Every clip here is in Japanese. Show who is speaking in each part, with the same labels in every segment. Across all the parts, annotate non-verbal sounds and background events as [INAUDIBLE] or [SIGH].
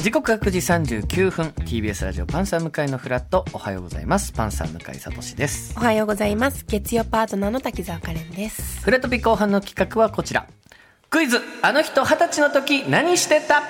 Speaker 1: 時刻は9時39分 TBS ラジオパンサー向かいのフラットおはようございますパンサー向かいさとしです
Speaker 2: おはようございます。月曜パートナーの滝沢カレンです。
Speaker 1: フラトピ後半の企画はこちらクイズあの人二十歳の時何してた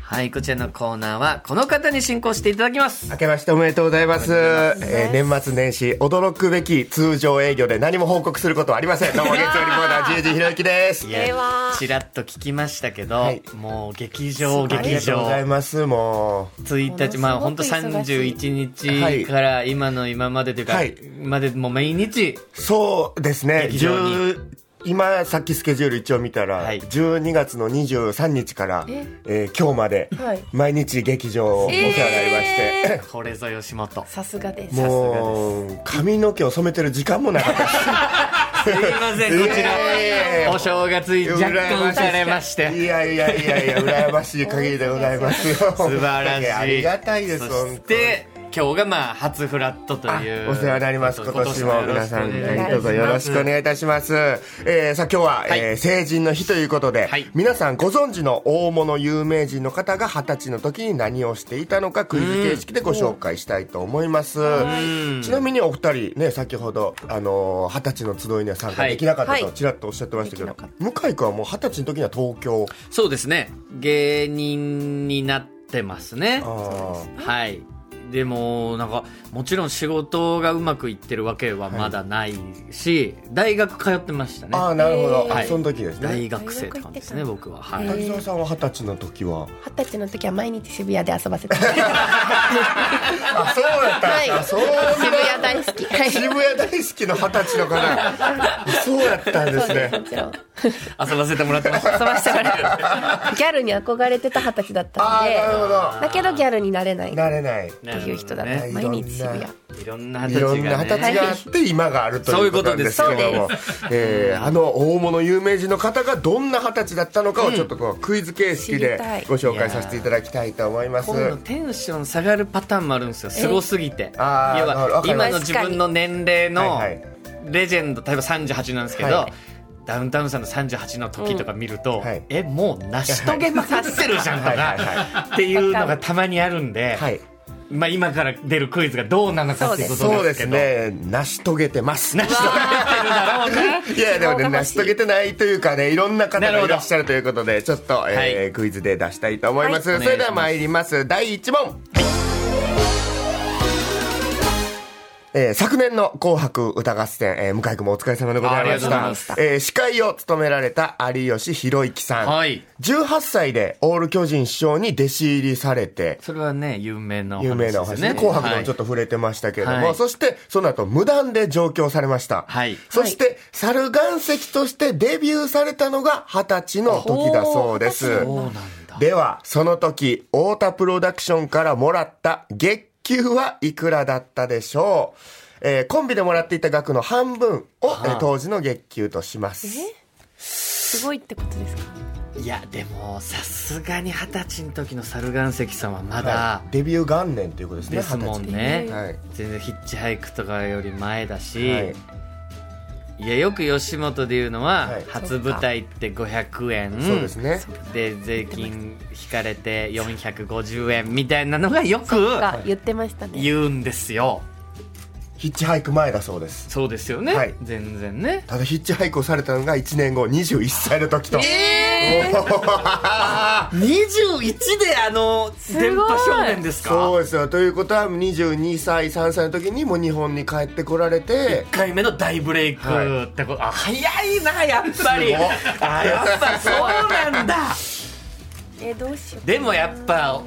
Speaker 1: はいこちらのコーナーはこの方に進行していただきます
Speaker 3: 明けましておめでとうございます。えー年末年始、驚くべき通常営業で何も報告することはありません。どうも、月曜リポーター、ジエジひろゆきです。
Speaker 1: い
Speaker 2: れは
Speaker 1: ちらっと聞きましたけど、
Speaker 3: はい
Speaker 1: もう劇場
Speaker 3: あり
Speaker 1: 劇
Speaker 3: がとうござい
Speaker 1: 場
Speaker 3: ます、も
Speaker 1: 1日まあ
Speaker 2: も
Speaker 1: 本
Speaker 2: の
Speaker 1: 当
Speaker 2: すごく忙しい
Speaker 1: 31日から今の今までというか、
Speaker 3: はい
Speaker 1: までもう毎日
Speaker 3: う。そうですね、
Speaker 1: 劇場に
Speaker 3: 10今、さっきスケジュール一応見たら、
Speaker 1: はい
Speaker 3: 12月の23日から、
Speaker 2: え
Speaker 3: えー今日まで、
Speaker 2: はい
Speaker 3: 毎日劇場をお世話になりまして、
Speaker 1: これぞ吉本
Speaker 2: さすがです。
Speaker 3: もう、髪の毛を染めてる時間もなかったです。
Speaker 1: すいませんこちら、
Speaker 3: えー
Speaker 1: お正月若干打たれまして
Speaker 3: いやいやいやいや、羨ましい限りでございますよ。
Speaker 1: 素晴らしい
Speaker 3: ありがたいです、
Speaker 1: そ
Speaker 3: 本
Speaker 1: し
Speaker 3: 当に。
Speaker 1: て今日がまあ初フラットという
Speaker 3: お世話になります。今年も皆さん、
Speaker 2: ます
Speaker 3: どうぞよろしくお願いいたします。えーさあ今日は、
Speaker 1: はい
Speaker 3: えー成人の日ということで、
Speaker 1: はい
Speaker 3: 皆さんご存知の大物有名人の方が二十歳の時に何をしていたのかクイズ形式でご紹介したいと思います。ちなみにお二人ね、先ほど、あのー二十歳の集いには参加できなかった
Speaker 2: は
Speaker 3: と
Speaker 2: い
Speaker 3: ちらっとおっしゃってましたけど、
Speaker 2: できなか
Speaker 3: 向井君はもう二十歳の時には東京。
Speaker 1: そうですね芸人になってますね
Speaker 3: あー
Speaker 1: はいでもなんかもちろん仕事がうまくいってるわけはまだないし、大学通ってましたね
Speaker 3: あー、なるほど。
Speaker 2: えー
Speaker 3: あその時ですね。
Speaker 1: 大学生って感じですね
Speaker 2: 大学
Speaker 1: 僕ははい、
Speaker 2: えー
Speaker 3: 滝沢さんは二十歳の時は。
Speaker 2: 二十歳の時は毎日渋谷で遊ばせてもらってます。
Speaker 3: あ、そうだったんですか。
Speaker 2: はい
Speaker 3: そうなんだ
Speaker 2: 渋谷大好き。はい。
Speaker 3: 渋谷大好きの二十歳の方そうやったんで
Speaker 2: そう
Speaker 3: す
Speaker 2: です、
Speaker 3: ね
Speaker 2: もちろん。
Speaker 1: 遊ばせてもらってました
Speaker 2: 遊ばせて
Speaker 1: [LAUGHS]
Speaker 2: もらってギャルに憧れてた二十歳だったん
Speaker 3: あ
Speaker 2: で、
Speaker 3: あ
Speaker 2: だけどギャルになれないっ
Speaker 3: なるほどなれない
Speaker 2: ていう人だっ
Speaker 1: なるほ
Speaker 2: た。
Speaker 1: どね
Speaker 2: 毎
Speaker 3: ね
Speaker 2: 日渋谷。
Speaker 1: いろんな二
Speaker 3: い
Speaker 1: 十
Speaker 3: ろ
Speaker 1: 歳
Speaker 3: ん
Speaker 1: が
Speaker 3: な
Speaker 1: ね
Speaker 3: 二十歳があって今があるということなんですけ
Speaker 2: そう
Speaker 3: ど
Speaker 2: いう
Speaker 3: も
Speaker 2: こと
Speaker 3: えーあの大物有名人の方がどんな二十歳だったのかをちょっとこうクイズ形式
Speaker 2: 知
Speaker 3: で
Speaker 2: りたい
Speaker 3: ご紹介させていただきたいと思います
Speaker 1: 今度テンション下がるパターンもあるんですよすごすぎて要
Speaker 3: あーなる
Speaker 1: は
Speaker 3: ほど
Speaker 1: 今の自分の年齢の
Speaker 3: はいはい
Speaker 1: レジェンド例えば38なんですけど、
Speaker 3: はい
Speaker 1: ダウンタウンさんの38の時とか見ると、
Speaker 3: んはい
Speaker 1: えもう成し遂げまくってるじゃんと
Speaker 3: はいはい
Speaker 1: かっていうのがたまにあるんで、
Speaker 3: はい
Speaker 1: まあ、今から出るクイズがどうなのかっていうこと
Speaker 3: そう
Speaker 1: で
Speaker 3: です
Speaker 1: け
Speaker 3: す
Speaker 1: ど
Speaker 3: ね成し遂げてます
Speaker 1: 成し遂げてるだろうな
Speaker 3: いやでもね
Speaker 2: 希望が
Speaker 3: 成
Speaker 2: 欲
Speaker 3: し
Speaker 2: しい
Speaker 3: 遂げてないというかねいろんな方
Speaker 1: なる
Speaker 3: が
Speaker 1: ほ
Speaker 3: い
Speaker 1: ど
Speaker 3: らっしゃるということでちょっと、えー
Speaker 1: はい
Speaker 3: クイズで出したいと思います、
Speaker 1: はい
Speaker 3: それでは参ります第1問、えー昨年の「紅白歌合戦」えー向井君もお疲れ様でござい
Speaker 1: あありが
Speaker 3: ま
Speaker 1: とうございま
Speaker 3: したえー司会を務められた有吉弘行さん、
Speaker 1: はい
Speaker 3: 18歳でオール巨人師匠に弟子入りされて
Speaker 1: それはね有名なお
Speaker 3: 有
Speaker 1: 話で
Speaker 3: 名
Speaker 1: す
Speaker 3: な
Speaker 1: よね
Speaker 3: お話ね。紅白で
Speaker 1: は
Speaker 3: も
Speaker 1: い
Speaker 3: ちょっと触れてましたけれども、
Speaker 1: はい
Speaker 3: そしてその後無断で上京されました。
Speaker 1: はい
Speaker 3: そして、猿岩石としてデビューされたのが二十歳の時だそうです。
Speaker 1: そうなんだ
Speaker 3: では、その時、太田プロダクションからもらった月給はいくらだったでしょうえーコンビでもらっていた額の半分を、えー当時の月給とします。
Speaker 2: すごいってことですか
Speaker 1: いやでもさすがに二十歳の時の猿岩石さんはまだ、
Speaker 3: はいデビュー元年ということですね、
Speaker 1: ですもんね、
Speaker 2: ね
Speaker 3: はい
Speaker 1: 全然ヒッチハイクとかより前だ
Speaker 3: 二
Speaker 1: し、
Speaker 3: 十歳ではい
Speaker 1: い、やよく吉本で言うのは、
Speaker 3: はい
Speaker 1: 初舞台って500円
Speaker 3: そうですね。
Speaker 1: で税金引かれて450円みたいなのがよく
Speaker 2: が言ってましたね。
Speaker 1: 言うんですよ
Speaker 3: ヒッチハイク前だそうです。
Speaker 1: そうですよね、
Speaker 3: はい
Speaker 1: 全然ね
Speaker 3: ただヒッチハイクをされたのが1年後21歳の時と、
Speaker 1: 21であの電波少年です
Speaker 3: [LAUGHS] そ
Speaker 1: か
Speaker 3: うですよということは22歳3歳の時にもう日本に帰ってこられて
Speaker 1: 1回目の大ブレイクってこと、あ早いなやっぱり
Speaker 3: すごい
Speaker 1: あやっぱそうなんだ
Speaker 2: えー、どうしよう。
Speaker 1: でもやっぱ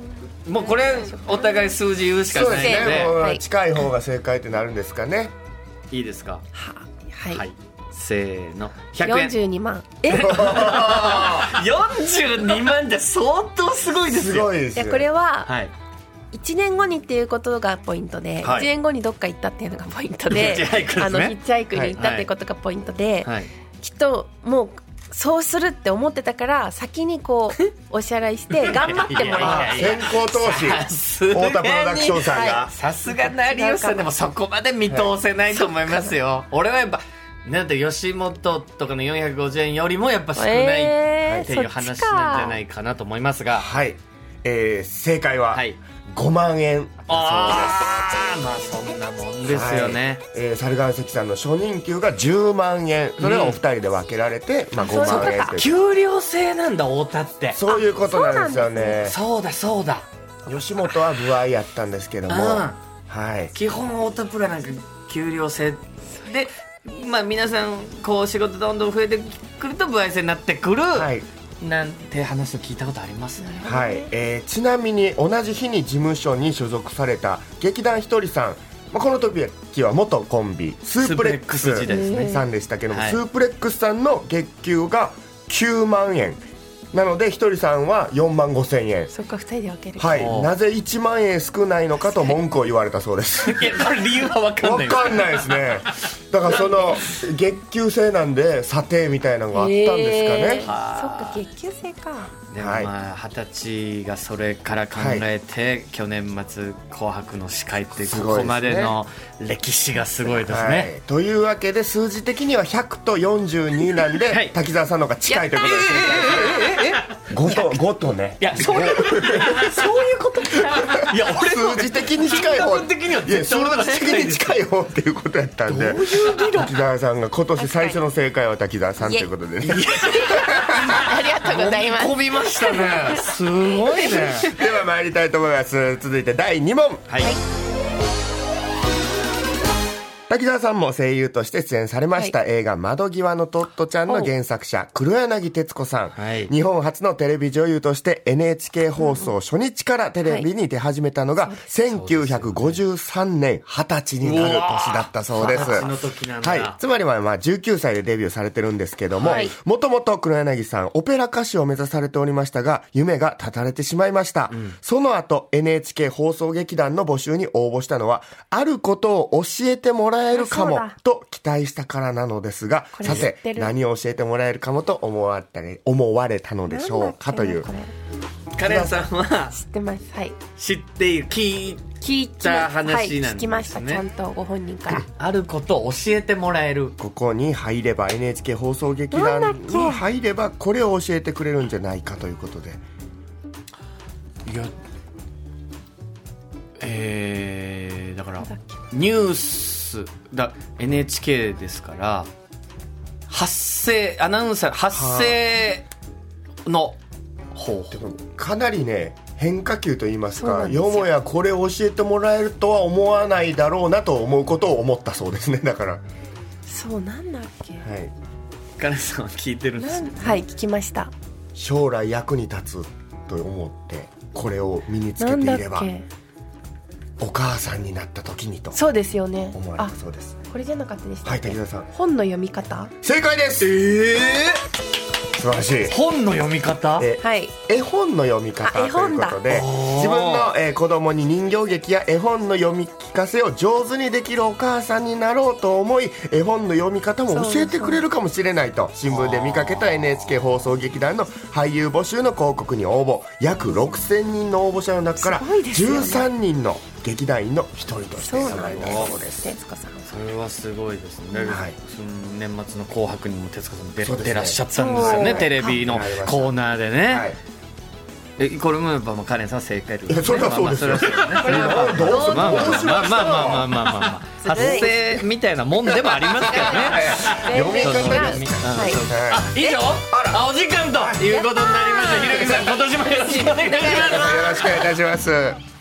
Speaker 1: もうこれお互い数字言うしか
Speaker 3: そう
Speaker 1: な
Speaker 3: で
Speaker 1: い
Speaker 3: す
Speaker 1: の
Speaker 3: ね
Speaker 1: で
Speaker 2: そうですね
Speaker 3: もう
Speaker 2: はい
Speaker 3: 近い方が正解ってなるんですかね
Speaker 1: いいですか
Speaker 2: は、
Speaker 1: は
Speaker 2: はいい。
Speaker 1: せーの100円
Speaker 2: 四十二万。え、
Speaker 1: 42万って相当すごいです
Speaker 3: す
Speaker 1: よ
Speaker 3: ごいで
Speaker 2: い
Speaker 3: す
Speaker 2: や
Speaker 3: よ
Speaker 2: これは
Speaker 1: はい
Speaker 2: 1年後にっていうことがポイントで、
Speaker 1: はい
Speaker 2: 1年後にどっか行ったっていうのがポイン
Speaker 1: [LAUGHS]
Speaker 2: ト
Speaker 1: ヒッ
Speaker 2: で
Speaker 1: チハイクですね
Speaker 2: あのヒッチハイクに行ったっていうことがポイントで、
Speaker 1: はい
Speaker 2: きっともうそうするって思ってたから先にこうお支払
Speaker 1: [LAUGHS]
Speaker 2: いして頑張っても
Speaker 1: い
Speaker 2: ら
Speaker 1: や
Speaker 2: う
Speaker 1: い
Speaker 3: 先行投資
Speaker 1: さすが
Speaker 3: 太
Speaker 1: に
Speaker 3: 田プロダクションさんが
Speaker 2: は
Speaker 1: さすがな有吉さんでもそこまで見通せないと思いますよ俺はやっぱなんて吉本とかの450円よりもやっぱ少ない
Speaker 2: えー
Speaker 1: っていう話なんじゃないかなと思いますが、
Speaker 3: はいえー正解は
Speaker 1: はい
Speaker 3: 5万円
Speaker 1: ああまあそんなもんですよね、
Speaker 3: はいえー猿岩石さんの初任給が10万円それをお二人で分けられて、まあ、5
Speaker 2: そういう
Speaker 3: 万
Speaker 2: こと
Speaker 3: 円
Speaker 2: か
Speaker 3: という
Speaker 1: 給料制なんだ太田ってそ
Speaker 3: そういうことなんですよ
Speaker 1: う
Speaker 3: ね
Speaker 1: だそうだ
Speaker 3: 吉本は不合やったんですけども、
Speaker 1: うん
Speaker 3: はい
Speaker 1: 基本太田プラなんか給料制でまあ皆さんこう仕事どんどん増えてくると不愛制になってくる、
Speaker 3: はい
Speaker 1: なんて話を聞いたことありますね
Speaker 3: はいえーちなみに同じ日に事務所に所属された劇団ひとりさん、まあ、この時は元コンビスープレック
Speaker 1: スープレックス時代です
Speaker 3: ス
Speaker 1: ね
Speaker 3: さんでしたけども、
Speaker 1: はい
Speaker 3: スープレックスさんの月給が9万円なのでひとりさんは4万5千円
Speaker 2: そっか二人で分ける、
Speaker 3: はい
Speaker 1: お
Speaker 3: なぜ1万円少ないのかと文句を言われたそうです
Speaker 1: いやこれ理由は分かんな
Speaker 3: 分
Speaker 1: いです
Speaker 3: かんないですねだからその月給制なんで査定みたいなのがあったんで
Speaker 2: そ
Speaker 3: すかね、
Speaker 2: っか月給制か
Speaker 1: でも
Speaker 3: はい
Speaker 1: まあ二十歳がそれから考えて、去年末「紅白」の司会って
Speaker 3: す
Speaker 1: こ
Speaker 3: ごいですね
Speaker 1: こまでの歴史がすごいです
Speaker 3: は
Speaker 1: ね
Speaker 3: い、というわけで数字的には100と42なんで、
Speaker 1: はい
Speaker 3: 滝沢さんの方が近いということですね5と5とね
Speaker 1: いや、そう [LAUGHS] いう、そういうこといや、俺も
Speaker 3: 数字的に近い方
Speaker 1: 金額的には
Speaker 3: や
Speaker 1: 絶対俺の方が
Speaker 3: 数字的に近い方っていうことやったんで
Speaker 1: どういう理論
Speaker 3: 滝沢さんが今年最初の正解は滝沢さんということでね
Speaker 2: ありがとうございます
Speaker 1: 飛びましたね。すごいね。
Speaker 3: では参りたいと思います続いて第2問
Speaker 1: はい。
Speaker 3: 滝沢さんも声優として出演されました、映画「窓際のトットちゃん」の原作者黒柳徹子さん、
Speaker 1: はい
Speaker 3: 日本初のテレビ女優として NHK 放送初日からテレビに出始めたのが1953年20歳になる年だったそうです
Speaker 1: うわー二十歳の時なんだ
Speaker 3: はい、つまりはまあ19歳でデビューされてるんですけども
Speaker 2: はい
Speaker 3: もともと黒柳さんオペラ歌手を目指されておりましたが夢が絶たれてしまいました、その後 NHK 放送劇団の募集に応募したのはあることを教えてもらえるかも
Speaker 2: あそうだ
Speaker 3: と期待したからなのですが
Speaker 2: これ
Speaker 3: さ
Speaker 2: 知っててる
Speaker 3: 何を教えてもらえるかもと思わったり思われたのでしょうかという
Speaker 2: なんだっけなこ
Speaker 1: カレンさんは
Speaker 2: れ知ってますはい
Speaker 1: 知っている、聞い
Speaker 2: 聞い
Speaker 1: じゃあ話
Speaker 2: は、
Speaker 1: ないんですね
Speaker 2: 聞きましたちゃんとご本人
Speaker 1: [LAUGHS]
Speaker 2: から
Speaker 1: あることを教えてもらえる。
Speaker 3: ここに入れば NHK 放送劇
Speaker 2: な
Speaker 3: 団
Speaker 2: んだっけ
Speaker 3: に入ればこれを教えてくれるんじゃないかということで
Speaker 1: いや、えー、だから
Speaker 2: なんだっけ、
Speaker 1: ニュース、だ、NHK ですから、発声、アナウンサー、発声の方法。
Speaker 3: かなりね変化球と言います
Speaker 2: そうな
Speaker 3: か
Speaker 2: んですよ
Speaker 3: よもやこれを教えてもらえるとは思わないだろうなと思うことを思ったそうですね [LAUGHS] だから、は
Speaker 2: そうなんだっけ、
Speaker 3: い、
Speaker 1: カレンさんは聞いてるんです
Speaker 2: な
Speaker 1: か
Speaker 2: んはい聞きました
Speaker 3: 将来役に立つと思ってこれを身につ
Speaker 2: な
Speaker 3: け
Speaker 2: ん
Speaker 3: て
Speaker 2: だ
Speaker 3: い
Speaker 2: っ
Speaker 3: れば
Speaker 2: け
Speaker 3: お母さんになった時にと
Speaker 2: そうですよね
Speaker 3: 思われ
Speaker 2: あ
Speaker 3: たそうです
Speaker 2: これじゃなかったでした
Speaker 3: は
Speaker 2: っ
Speaker 3: い
Speaker 2: け、
Speaker 3: 滝沢さん
Speaker 2: 本の読み方
Speaker 3: 正解です
Speaker 1: え
Speaker 3: 素晴らしい
Speaker 1: ー、本の読み方
Speaker 3: え
Speaker 2: はい
Speaker 3: 絵本の読み方と
Speaker 2: あ
Speaker 3: い
Speaker 2: 絵
Speaker 3: うこ
Speaker 2: 本だ
Speaker 3: とで
Speaker 1: おー
Speaker 3: 自分の、えー子供に人形劇や絵本の読み聞かせを上手にできるお母さんになろうと思い絵本の読み方も教えてくれるかもしれないと新聞で見かけた NHK 放送劇団の俳優募集の広告に応募約6000人の応募者の中から
Speaker 2: すごいですよね
Speaker 3: 13人の劇団員の一人として
Speaker 2: そう
Speaker 3: 選ば
Speaker 2: な
Speaker 3: れ
Speaker 2: ん
Speaker 3: た
Speaker 2: で
Speaker 3: そうです
Speaker 2: す徹子さん
Speaker 1: それはすごいですね、
Speaker 3: はい
Speaker 1: その年末の「紅白」にも徹子さん出,、
Speaker 3: そうです
Speaker 1: 出
Speaker 3: ね
Speaker 1: らっしゃったんですよね
Speaker 2: そう
Speaker 1: テレビのコーナーでね、
Speaker 3: はい
Speaker 1: えこれもやっぱまあカレンさんは正解ということ
Speaker 3: いやそれはそうですよ
Speaker 1: まあまあそれはそうですよね
Speaker 3: どう
Speaker 1: まあまあ
Speaker 3: どうしました
Speaker 1: まあまあまあまあまあまあまあ
Speaker 2: ずる
Speaker 1: 発
Speaker 2: い
Speaker 1: 声みたいなもんでもありますからね
Speaker 3: 読み方
Speaker 1: そうそう
Speaker 3: が
Speaker 2: は
Speaker 1: 読み
Speaker 2: い
Speaker 1: 方
Speaker 2: はい
Speaker 1: そう
Speaker 3: はい
Speaker 1: あ以上あお時間ということになりましたひろゆきさん今年もよろしくお願いします
Speaker 3: よろしくお願いいたします